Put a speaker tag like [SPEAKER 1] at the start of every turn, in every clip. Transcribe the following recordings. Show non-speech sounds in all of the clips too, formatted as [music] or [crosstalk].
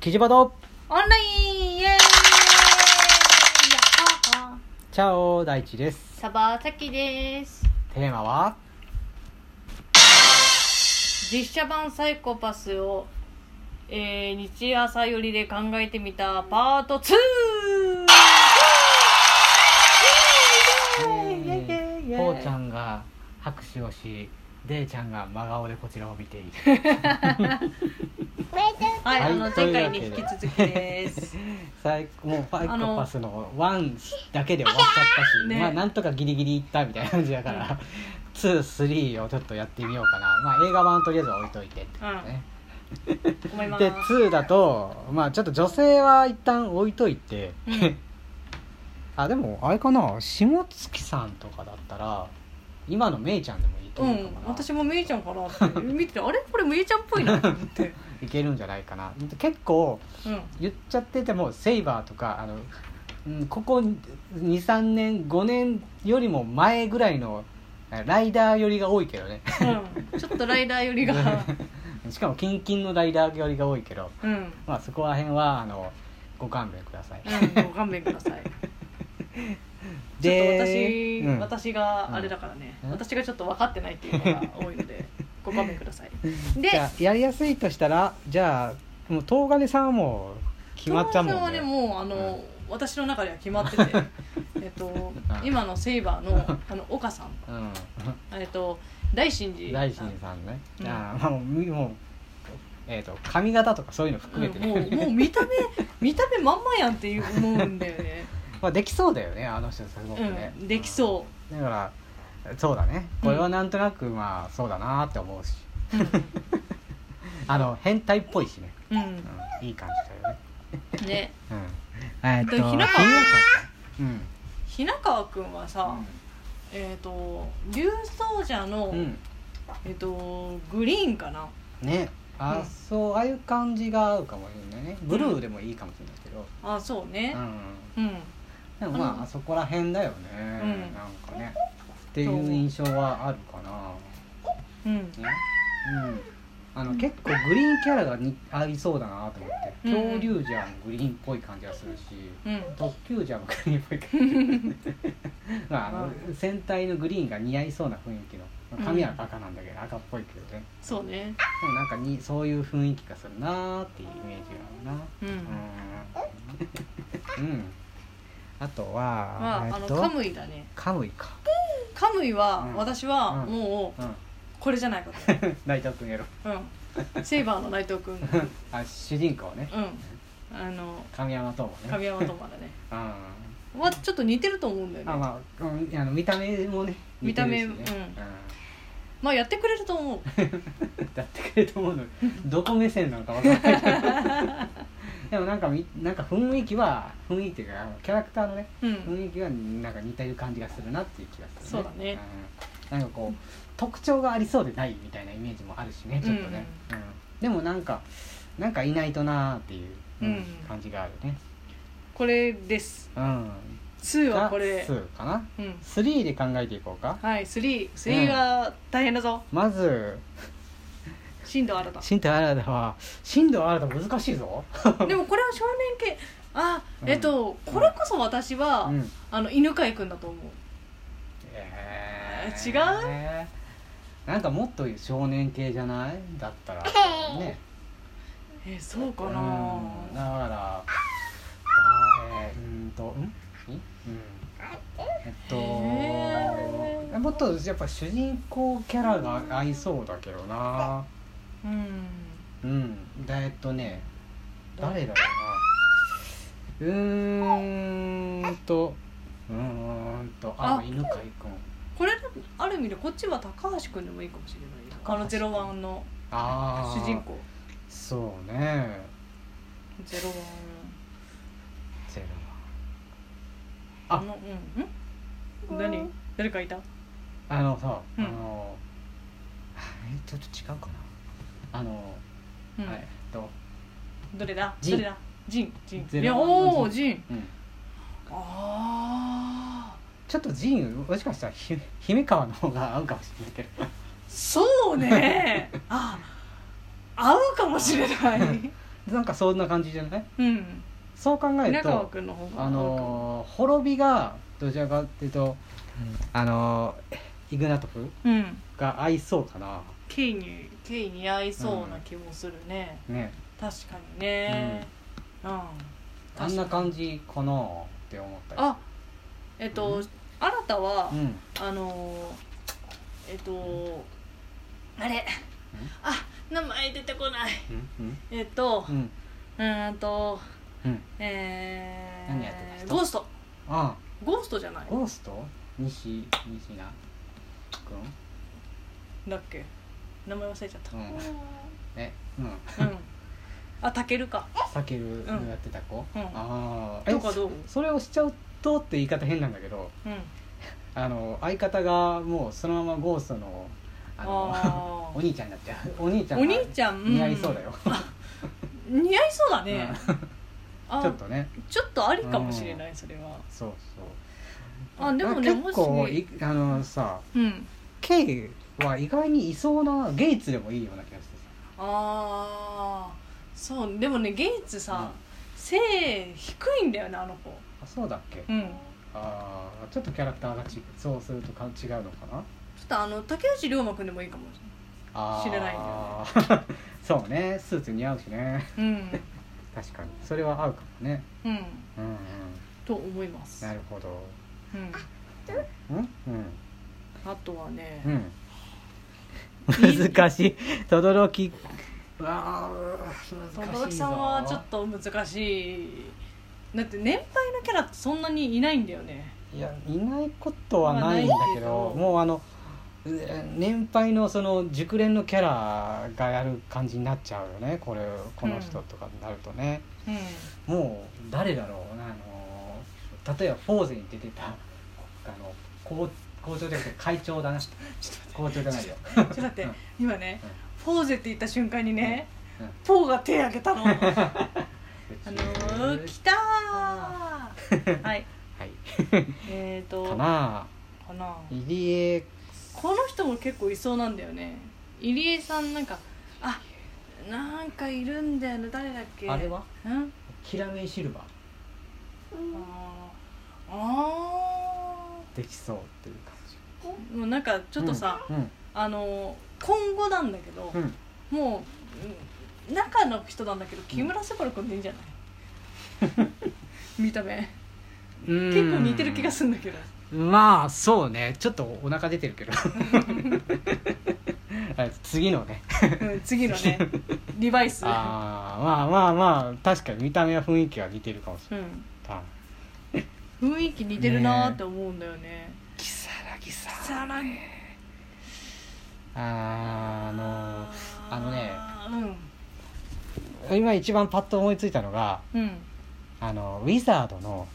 [SPEAKER 1] キジバド
[SPEAKER 2] オンラインイエーイやっはー
[SPEAKER 1] チャオ大地です
[SPEAKER 2] サバサキです
[SPEAKER 1] テーマは
[SPEAKER 2] 実写版サイコパスを、えー、日朝寄りで考えてみたパート 2! イエーイイエーイイエーイイエーイ
[SPEAKER 1] ポーちゃんが拍手をしデイちゃんが真顔でこちらを見
[SPEAKER 2] [laughs]
[SPEAKER 1] ている
[SPEAKER 2] はい、
[SPEAKER 1] はい
[SPEAKER 2] あの
[SPEAKER 1] とい
[SPEAKER 2] 前
[SPEAKER 1] うわ
[SPEAKER 2] 回
[SPEAKER 1] け
[SPEAKER 2] に
[SPEAKER 1] で
[SPEAKER 2] 引き続きです
[SPEAKER 1] 最もうファイ
[SPEAKER 2] あ
[SPEAKER 1] コ
[SPEAKER 2] の
[SPEAKER 1] パスのワンだけで終わっちゃったし、
[SPEAKER 2] ね
[SPEAKER 1] まあなんとかギリギリいったみたいな感じだから、ツー23をちょっとやってみようかなまあ映画版とりあえずは置いといてってことね、
[SPEAKER 2] 思います
[SPEAKER 1] で2だとまあちょっと女性は一旦置いといて、
[SPEAKER 2] うん
[SPEAKER 1] [laughs] あでもあれかな下月さんとかだったら今のめいちゃんでもいいと
[SPEAKER 2] う
[SPEAKER 1] 思うか
[SPEAKER 2] ん
[SPEAKER 1] もな、
[SPEAKER 2] 私もめいちゃんかなって見ててあれこれめいちゃんっぽいなと思って
[SPEAKER 1] いけるんじゃないかな結構
[SPEAKER 2] うん
[SPEAKER 1] 言っちゃっててもセイバーとかあの、うん、ここ23年5年よりも前ぐらいのあライダー寄りが多いけどね [laughs]
[SPEAKER 2] うんちょっとライダー寄り [laughs] が
[SPEAKER 1] しかもキンキンのライダー寄りが多いけど
[SPEAKER 2] うんうん
[SPEAKER 1] まあそこら辺はあのご勘弁ください、
[SPEAKER 2] ご勘弁くださいちょっと
[SPEAKER 1] で
[SPEAKER 2] 私、
[SPEAKER 1] うん
[SPEAKER 2] 私があれだからね、
[SPEAKER 1] うん
[SPEAKER 2] 私がちょっと分かってないっていうのが多い
[SPEAKER 1] [laughs]
[SPEAKER 2] のでご勘弁くださいで
[SPEAKER 1] じゃあやりやすいとしたらじゃあもう東金さんはもう決まったもん
[SPEAKER 2] 友達
[SPEAKER 1] ね
[SPEAKER 2] はねもうあの、私の中では決まって
[SPEAKER 1] [laughs]
[SPEAKER 2] てえっと今のセイバーのあの岡さん
[SPEAKER 1] う
[SPEAKER 2] えっと大神
[SPEAKER 1] ん
[SPEAKER 2] 寺
[SPEAKER 1] 大臣さんね、
[SPEAKER 2] うん
[SPEAKER 1] じゃあまあもうもうえっ、と髪型とかそういうの含めてね、
[SPEAKER 2] うんもうもう
[SPEAKER 1] [laughs]
[SPEAKER 2] 見た目見た目まんまやんっていう思うんだよね
[SPEAKER 1] まあできそうだよねあの人すごくね、
[SPEAKER 2] うんできそう
[SPEAKER 1] だからそうだねこれはなんとなくまあそうだなって思うし、あの変態っぽいしね、
[SPEAKER 2] うう
[SPEAKER 1] うん、いい感じだよね
[SPEAKER 2] んね
[SPEAKER 1] うんえっとひ
[SPEAKER 2] ひなか
[SPEAKER 1] なかうん
[SPEAKER 2] 日中君はさ、えっ、と竜奏者の、
[SPEAKER 1] うん
[SPEAKER 2] えっ、とグリーンかな
[SPEAKER 1] ねあ、
[SPEAKER 2] うん
[SPEAKER 1] そうああいう感じが合うかもしれないねブルーでもいいかもしれないけど、
[SPEAKER 2] あそうね
[SPEAKER 1] うん
[SPEAKER 2] うん
[SPEAKER 1] でもま
[SPEAKER 2] う
[SPEAKER 1] あ
[SPEAKER 2] ん
[SPEAKER 1] あそこら辺だよね、
[SPEAKER 2] うん
[SPEAKER 1] なんかねっていう印象はあるか
[SPEAKER 2] うん
[SPEAKER 1] な、ねうん、あの結構グリーンキャラがに合いそうだなと思って
[SPEAKER 2] う
[SPEAKER 1] 恐
[SPEAKER 2] ん
[SPEAKER 1] 竜じゃんグリーンっぽい感じがするし
[SPEAKER 2] うん
[SPEAKER 1] 特急じゃんグリーンっぽい感じ
[SPEAKER 2] [laughs]
[SPEAKER 1] まああ
[SPEAKER 2] は
[SPEAKER 1] の船体のグリーンが似合いそうな雰囲気のまあ髪は赤なんだけど、赤っぽいけどね
[SPEAKER 2] そうね
[SPEAKER 1] でもなんかにそういう雰囲気がするなーっていうイメージがあるな
[SPEAKER 2] うん、
[SPEAKER 1] うん、うん、あとは、
[SPEAKER 2] まあ
[SPEAKER 1] え
[SPEAKER 2] あ
[SPEAKER 1] っ
[SPEAKER 2] の
[SPEAKER 1] と
[SPEAKER 2] カムイだね
[SPEAKER 1] カムイか、
[SPEAKER 2] カムイは、
[SPEAKER 1] うん
[SPEAKER 2] 私は
[SPEAKER 1] うん
[SPEAKER 2] もう
[SPEAKER 1] うん、 [laughs]
[SPEAKER 2] これじゃないかと、
[SPEAKER 1] 内藤君やろ
[SPEAKER 2] うん、セイバーの内藤君うん
[SPEAKER 1] あ主人公ね
[SPEAKER 2] あの
[SPEAKER 1] 神山ともね
[SPEAKER 2] 神山とまだね
[SPEAKER 1] うんあ
[SPEAKER 2] はちょっと似てると思うんだよねまあ、
[SPEAKER 1] まあ、うん、あの見た目もね
[SPEAKER 2] 見た目
[SPEAKER 1] 似てるしね
[SPEAKER 2] やってくれると思う
[SPEAKER 1] うん、 [laughs] だってくれと思うのどこ目線なのかわからないけど
[SPEAKER 2] [laughs]
[SPEAKER 1] でもなんかみなんか雰囲気は雰囲気というかあのキャラクターのね
[SPEAKER 2] うん、
[SPEAKER 1] 雰囲気はなんか似てる感じがするなっていう気がする
[SPEAKER 2] そうだね、
[SPEAKER 1] うんなんかこう特徴がありそうでないみたいなイメージもあるしねちょっとね、うんでもなんかなんかいないとなーっていう、うん
[SPEAKER 2] うん
[SPEAKER 1] 感じがあるね
[SPEAKER 2] これです
[SPEAKER 1] うん
[SPEAKER 2] 2はこれ
[SPEAKER 1] 2かな
[SPEAKER 2] うん
[SPEAKER 1] 3で考えていこうか
[SPEAKER 2] はい3、3が大変だぞ、
[SPEAKER 1] まず
[SPEAKER 2] 進藤新
[SPEAKER 1] 新藤新太は新藤新太難しいぞ、
[SPEAKER 2] た。でもこれは少年系、あ、
[SPEAKER 1] うん
[SPEAKER 2] えっと、これこそ私は、
[SPEAKER 1] うん
[SPEAKER 2] あの犬飼君だと思う。
[SPEAKER 1] え
[SPEAKER 2] 違
[SPEAKER 1] うなんかもっと少年系じゃないだった
[SPEAKER 2] [laughs]
[SPEAKER 1] らね
[SPEAKER 2] えそうか
[SPEAKER 1] う
[SPEAKER 2] な。
[SPEAKER 1] んだからあえー、うーんとんんうんえっと、
[SPEAKER 2] へ
[SPEAKER 1] もっとやっぱ主人公キャラが合いそうだけどな
[SPEAKER 2] うん。
[SPEAKER 1] うんだえっとね誰だろうなうーんとうーんとあ
[SPEAKER 2] あ
[SPEAKER 1] 犬飼君
[SPEAKER 2] これある意味でこっちは高橋君でもいいかもしれないよ。
[SPEAKER 1] 高橋
[SPEAKER 2] あのゼロワンの
[SPEAKER 1] ああ
[SPEAKER 2] 主人公。
[SPEAKER 1] そうね
[SPEAKER 2] ゼロワン。
[SPEAKER 1] ゼロあ
[SPEAKER 2] あのうん。ん何？誰かいた？
[SPEAKER 1] あのさ、
[SPEAKER 2] うん
[SPEAKER 1] あのえちょっと違うかなあの、
[SPEAKER 2] うん。
[SPEAKER 1] はいえっと
[SPEAKER 2] どれだ？
[SPEAKER 1] ジン
[SPEAKER 2] どれだ？ジンジン。
[SPEAKER 1] ゼ
[SPEAKER 2] いや
[SPEAKER 1] ロワンの
[SPEAKER 2] おおジン。
[SPEAKER 1] うん
[SPEAKER 2] ああ。
[SPEAKER 1] ちょっとジンもしかしたらひ姫川の方が合うかもしれないけど [laughs]
[SPEAKER 2] そうねあ合うかもしれない
[SPEAKER 1] なんかそんな感じじゃない
[SPEAKER 2] うん
[SPEAKER 1] そう考え
[SPEAKER 2] 稲
[SPEAKER 1] る
[SPEAKER 2] 川
[SPEAKER 1] と
[SPEAKER 2] 君の方が
[SPEAKER 1] あのー滅びがどちらかっていうと、あのーイグナトフ
[SPEAKER 2] うん
[SPEAKER 1] が合いそうかな
[SPEAKER 2] K に K に合いそうな気もするね、
[SPEAKER 1] ね
[SPEAKER 2] 確かにねうん、
[SPEAKER 1] あんな感じかなって思ったり
[SPEAKER 2] あえっと、
[SPEAKER 1] う
[SPEAKER 2] 新たは、
[SPEAKER 1] うん
[SPEAKER 2] あのーえっとあれあ名前出てこない
[SPEAKER 1] うんうん
[SPEAKER 2] えっと
[SPEAKER 1] うんうん
[SPEAKER 2] うーんと
[SPEAKER 1] うん
[SPEAKER 2] えー、
[SPEAKER 1] 何やってた人
[SPEAKER 2] ゴースト
[SPEAKER 1] あ
[SPEAKER 2] ゴーストじゃない
[SPEAKER 1] ゴースト西西名
[SPEAKER 2] だっけ名前忘れちゃった、
[SPEAKER 1] うん君えうん
[SPEAKER 2] うんあタケルか
[SPEAKER 1] 避けるのやってた子、
[SPEAKER 2] うん
[SPEAKER 1] ああえ
[SPEAKER 2] とかどう
[SPEAKER 1] それをしちゃうとって言い方変なんだけど
[SPEAKER 2] うん
[SPEAKER 1] あの相方がもうそのままゴーストのあの
[SPEAKER 2] あ
[SPEAKER 1] お兄ちゃんになっちゃうお兄ち
[SPEAKER 2] ー
[SPEAKER 1] ゃ
[SPEAKER 2] お
[SPEAKER 1] んが
[SPEAKER 2] 兄ちゃん、ん
[SPEAKER 1] 似合いそうだよ、
[SPEAKER 2] 似合いそうだね、あ
[SPEAKER 1] [laughs] ちょっとね
[SPEAKER 2] ちょっとありかもしれないそれは
[SPEAKER 1] そうそう
[SPEAKER 2] あでもね
[SPEAKER 1] 結構
[SPEAKER 2] もしね
[SPEAKER 1] いあのさ
[SPEAKER 2] うん
[SPEAKER 1] K は意外にいそうなゲイツでもいいような気がして
[SPEAKER 2] ああそうでもねゲイツ
[SPEAKER 1] さ、
[SPEAKER 2] さ、背低いんだよねあの子
[SPEAKER 1] あそうだっけ、
[SPEAKER 2] うんちょ
[SPEAKER 1] ああちょっとキャラクターがちそうするとか違うのかな
[SPEAKER 2] っとあの竹内涼真君でもいいかもし
[SPEAKER 1] あー
[SPEAKER 2] 知らない
[SPEAKER 1] [laughs] そうねスーツ似合うしね
[SPEAKER 2] れないうん
[SPEAKER 1] 確かにそれは合うかもね
[SPEAKER 2] うん
[SPEAKER 1] うんうん
[SPEAKER 2] と思います
[SPEAKER 1] なるほど
[SPEAKER 2] うん、
[SPEAKER 1] うん
[SPEAKER 2] あとはね
[SPEAKER 1] うんうん難しい轟あ
[SPEAKER 2] その時さんはちょっと難しいだって年配のキャラってそんなにいないんだよね
[SPEAKER 1] いやいないことはないんだけど
[SPEAKER 2] まあないけど
[SPEAKER 1] もうあのえ年配のその熟練のキャラがやる感じになっちゃうよねこれこの人とかになるとね、
[SPEAKER 2] うん
[SPEAKER 1] もう誰だろうなあの例えばフォーゼに出てた [laughs] あの校校長じゃなくて会長だな校長じゃないよ
[SPEAKER 2] ちょっと待って、
[SPEAKER 1] うん
[SPEAKER 2] 今ね、ポーゼって言った瞬間にね、
[SPEAKER 1] うんうん
[SPEAKER 2] ポーが手挙げたのあのー、来たーは
[SPEAKER 1] は
[SPEAKER 2] い
[SPEAKER 1] い
[SPEAKER 2] えーと
[SPEAKER 1] かな
[SPEAKER 2] かな
[SPEAKER 1] 入江
[SPEAKER 2] この人も結構いそうなんだよね入江さんなんかあなんかいるんだよね誰だっけ
[SPEAKER 1] あれは
[SPEAKER 2] うん
[SPEAKER 1] キラメイシルバ
[SPEAKER 2] あーあ
[SPEAKER 1] ーできそうっていう感じ
[SPEAKER 2] ーもうなんかちょっとさ、
[SPEAKER 1] うん
[SPEAKER 2] あのー今後なんだけど、
[SPEAKER 1] うん
[SPEAKER 2] もううん中の人なんだけど木村昴君でいいんじゃない、
[SPEAKER 1] [laughs]
[SPEAKER 2] 見た目結構似てる気がするんだけど
[SPEAKER 1] まあそうねちょっとお腹出てるけど [laughs] はい次のね
[SPEAKER 2] うん次の
[SPEAKER 1] [laughs]
[SPEAKER 2] ねリバイス
[SPEAKER 1] ああまあまあまあ確かに見た目は雰囲気は似てるかもしれ
[SPEAKER 2] うん
[SPEAKER 1] ない、はい
[SPEAKER 2] 雰囲気似てるなーって思うんだよね
[SPEAKER 1] キサラキサ
[SPEAKER 2] さらに
[SPEAKER 1] あーああのね
[SPEAKER 2] うん
[SPEAKER 1] の今一番パッと思いついたのが
[SPEAKER 2] うん
[SPEAKER 1] あのウィザードの、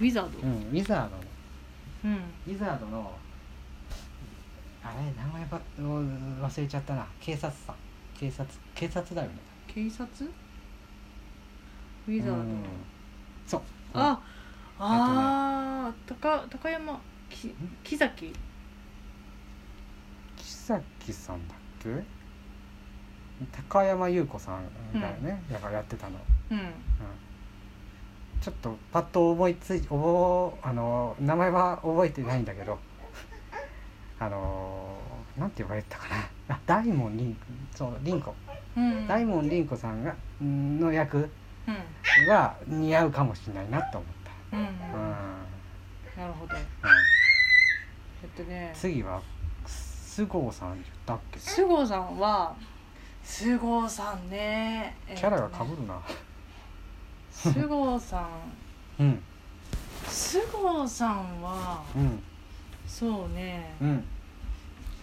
[SPEAKER 2] ウィザード
[SPEAKER 1] うん、ウィザードの
[SPEAKER 2] うん
[SPEAKER 1] ウィザードのあれ名前ばっもう忘れちゃったな警察さん警察警察だよね
[SPEAKER 2] 警察ウィザード
[SPEAKER 1] うんそう
[SPEAKER 2] ああー高高山き木崎
[SPEAKER 1] 木崎さんだっけ高山優子さんだよね、だからやってたの、うん
[SPEAKER 2] うん
[SPEAKER 1] ちょっとパッと思いついおぼあの名前は覚えてないんだけどあのなんて呼ばれてたかなあ大門凛そう凛子
[SPEAKER 2] うん
[SPEAKER 1] 大門凛子さんがんの役
[SPEAKER 2] うん
[SPEAKER 1] は似合うかもしれないなと思った
[SPEAKER 2] う
[SPEAKER 1] う
[SPEAKER 2] ん
[SPEAKER 1] ん、うん
[SPEAKER 2] なるほどえっとね
[SPEAKER 1] 次は菅生さんだっけ
[SPEAKER 2] 菅生さんは菅生さんね
[SPEAKER 1] キャラがか
[SPEAKER 2] ぶ
[SPEAKER 1] ぶるな、
[SPEAKER 2] 菅生さん
[SPEAKER 1] うん
[SPEAKER 2] 菅生さんは
[SPEAKER 1] うん
[SPEAKER 2] そうね
[SPEAKER 1] うん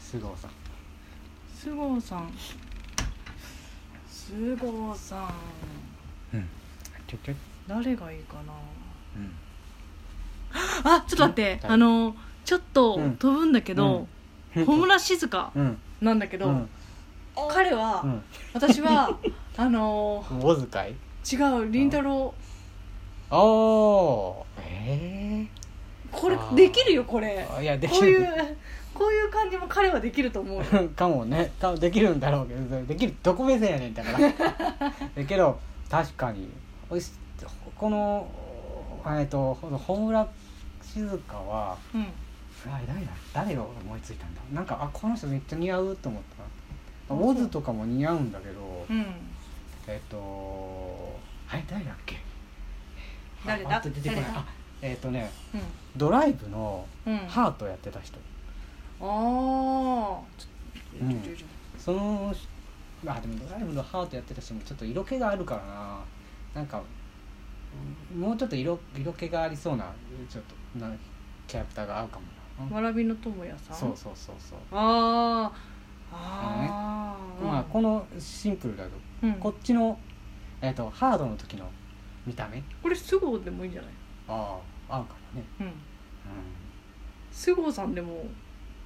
[SPEAKER 1] 須藤さん
[SPEAKER 2] 菅生さん菅生さん
[SPEAKER 1] うんちょちょ
[SPEAKER 2] 誰がいいかな
[SPEAKER 1] うん
[SPEAKER 2] あちょっと待って
[SPEAKER 1] うん
[SPEAKER 2] あのちょっと
[SPEAKER 1] うん
[SPEAKER 2] 飛ぶんだけど、小村静香
[SPEAKER 1] うん
[SPEAKER 2] なんだけど、
[SPEAKER 1] うん
[SPEAKER 2] 彼は、
[SPEAKER 1] うん [laughs]
[SPEAKER 2] 私はあの
[SPEAKER 1] お小遣い
[SPEAKER 2] 違う凛太郎
[SPEAKER 1] ああえ
[SPEAKER 2] これ
[SPEAKER 1] あー
[SPEAKER 2] できるよこれ
[SPEAKER 1] えいやで
[SPEAKER 2] こ
[SPEAKER 1] き
[SPEAKER 2] うい
[SPEAKER 1] る
[SPEAKER 2] うこういう感じも彼はできると思うよ
[SPEAKER 1] かもね多分できるんだろうけどそれできるどこ目線やねんだから
[SPEAKER 2] [laughs]
[SPEAKER 1] だけど確かにおしこのえっと本村静香は
[SPEAKER 2] うん
[SPEAKER 1] あ誰だ誰を思いついたんだなんかあこの人めっちゃ似合うと思ったなオズとかも似合うんだけど、
[SPEAKER 2] うん
[SPEAKER 1] えっ、とあれ誰だっけ
[SPEAKER 2] 誰だ
[SPEAKER 1] あパッと出てこない
[SPEAKER 2] 誰だ
[SPEAKER 1] あえっ、とね
[SPEAKER 2] うん
[SPEAKER 1] ドライブの
[SPEAKER 2] うん
[SPEAKER 1] ハートやってた人、
[SPEAKER 2] ああ、
[SPEAKER 1] うんそのあでもドライブのハートやってた人もちょっと色気があるからななんかうんもうちょっと色色気がありそうなちょっとなキャラクターが合うかもな、
[SPEAKER 2] わらびの友也さん
[SPEAKER 1] そうそうそうそう
[SPEAKER 2] ああああ、
[SPEAKER 1] まあこのシンプルだと、
[SPEAKER 2] うん
[SPEAKER 1] こっちの、えっとハードの時の見た目
[SPEAKER 2] これ菅生でもいいんじゃない
[SPEAKER 1] ああ合うからね、
[SPEAKER 2] うん
[SPEAKER 1] うん
[SPEAKER 2] 菅生さんでも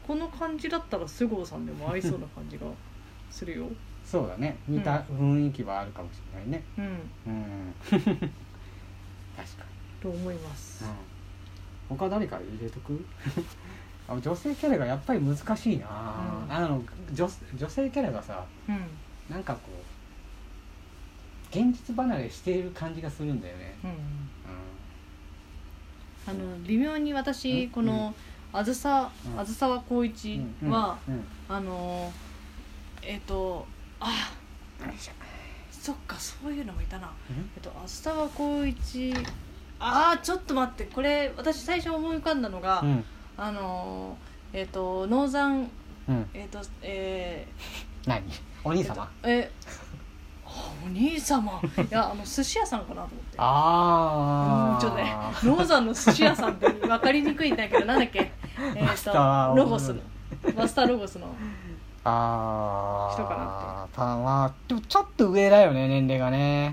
[SPEAKER 2] この感じだったら菅生さんでも合いそうな感じがするよ
[SPEAKER 1] そうだね似た雰囲気はあるかもしれないね
[SPEAKER 2] うん
[SPEAKER 1] うん、確か
[SPEAKER 2] と思います
[SPEAKER 1] に、うん、他誰か入れと
[SPEAKER 2] [laughs]
[SPEAKER 1] くあ女性キャラがやっぱり難しいな、
[SPEAKER 2] うん
[SPEAKER 1] あの女女性キャラがさ
[SPEAKER 2] うん、
[SPEAKER 1] なんかこう現実離れしている感じがするんだよね、
[SPEAKER 2] うん、
[SPEAKER 1] う
[SPEAKER 2] あの微妙に私
[SPEAKER 1] うん
[SPEAKER 2] このあずさ
[SPEAKER 1] うん
[SPEAKER 2] あずさは光
[SPEAKER 1] ん
[SPEAKER 2] 一
[SPEAKER 1] うんうん
[SPEAKER 2] は
[SPEAKER 1] うん
[SPEAKER 2] あのえっ、とあ
[SPEAKER 1] よいしょ
[SPEAKER 2] そっかそういうのもいたな
[SPEAKER 1] うん
[SPEAKER 2] えっとあずさは光一ああちょっと待ってこれ私最初思い浮かんだのが、
[SPEAKER 1] うん
[SPEAKER 2] あのえっ、とノーザン
[SPEAKER 1] うん
[SPEAKER 2] えっ、とえー
[SPEAKER 1] 何お兄様、
[SPEAKER 2] えあお兄様いやあの寿司屋さんかなと思って
[SPEAKER 1] あ
[SPEAKER 2] う
[SPEAKER 1] あ
[SPEAKER 2] んちょっとねノーザンの寿司屋さんって分かりにくいんだけどなんだっけえ
[SPEAKER 1] マ
[SPEAKER 2] っ
[SPEAKER 1] スター
[SPEAKER 2] とロゴスのマスターロゴスの
[SPEAKER 1] ああ
[SPEAKER 2] 人かな
[SPEAKER 1] ってまあでもちょっと上だよね年齢がね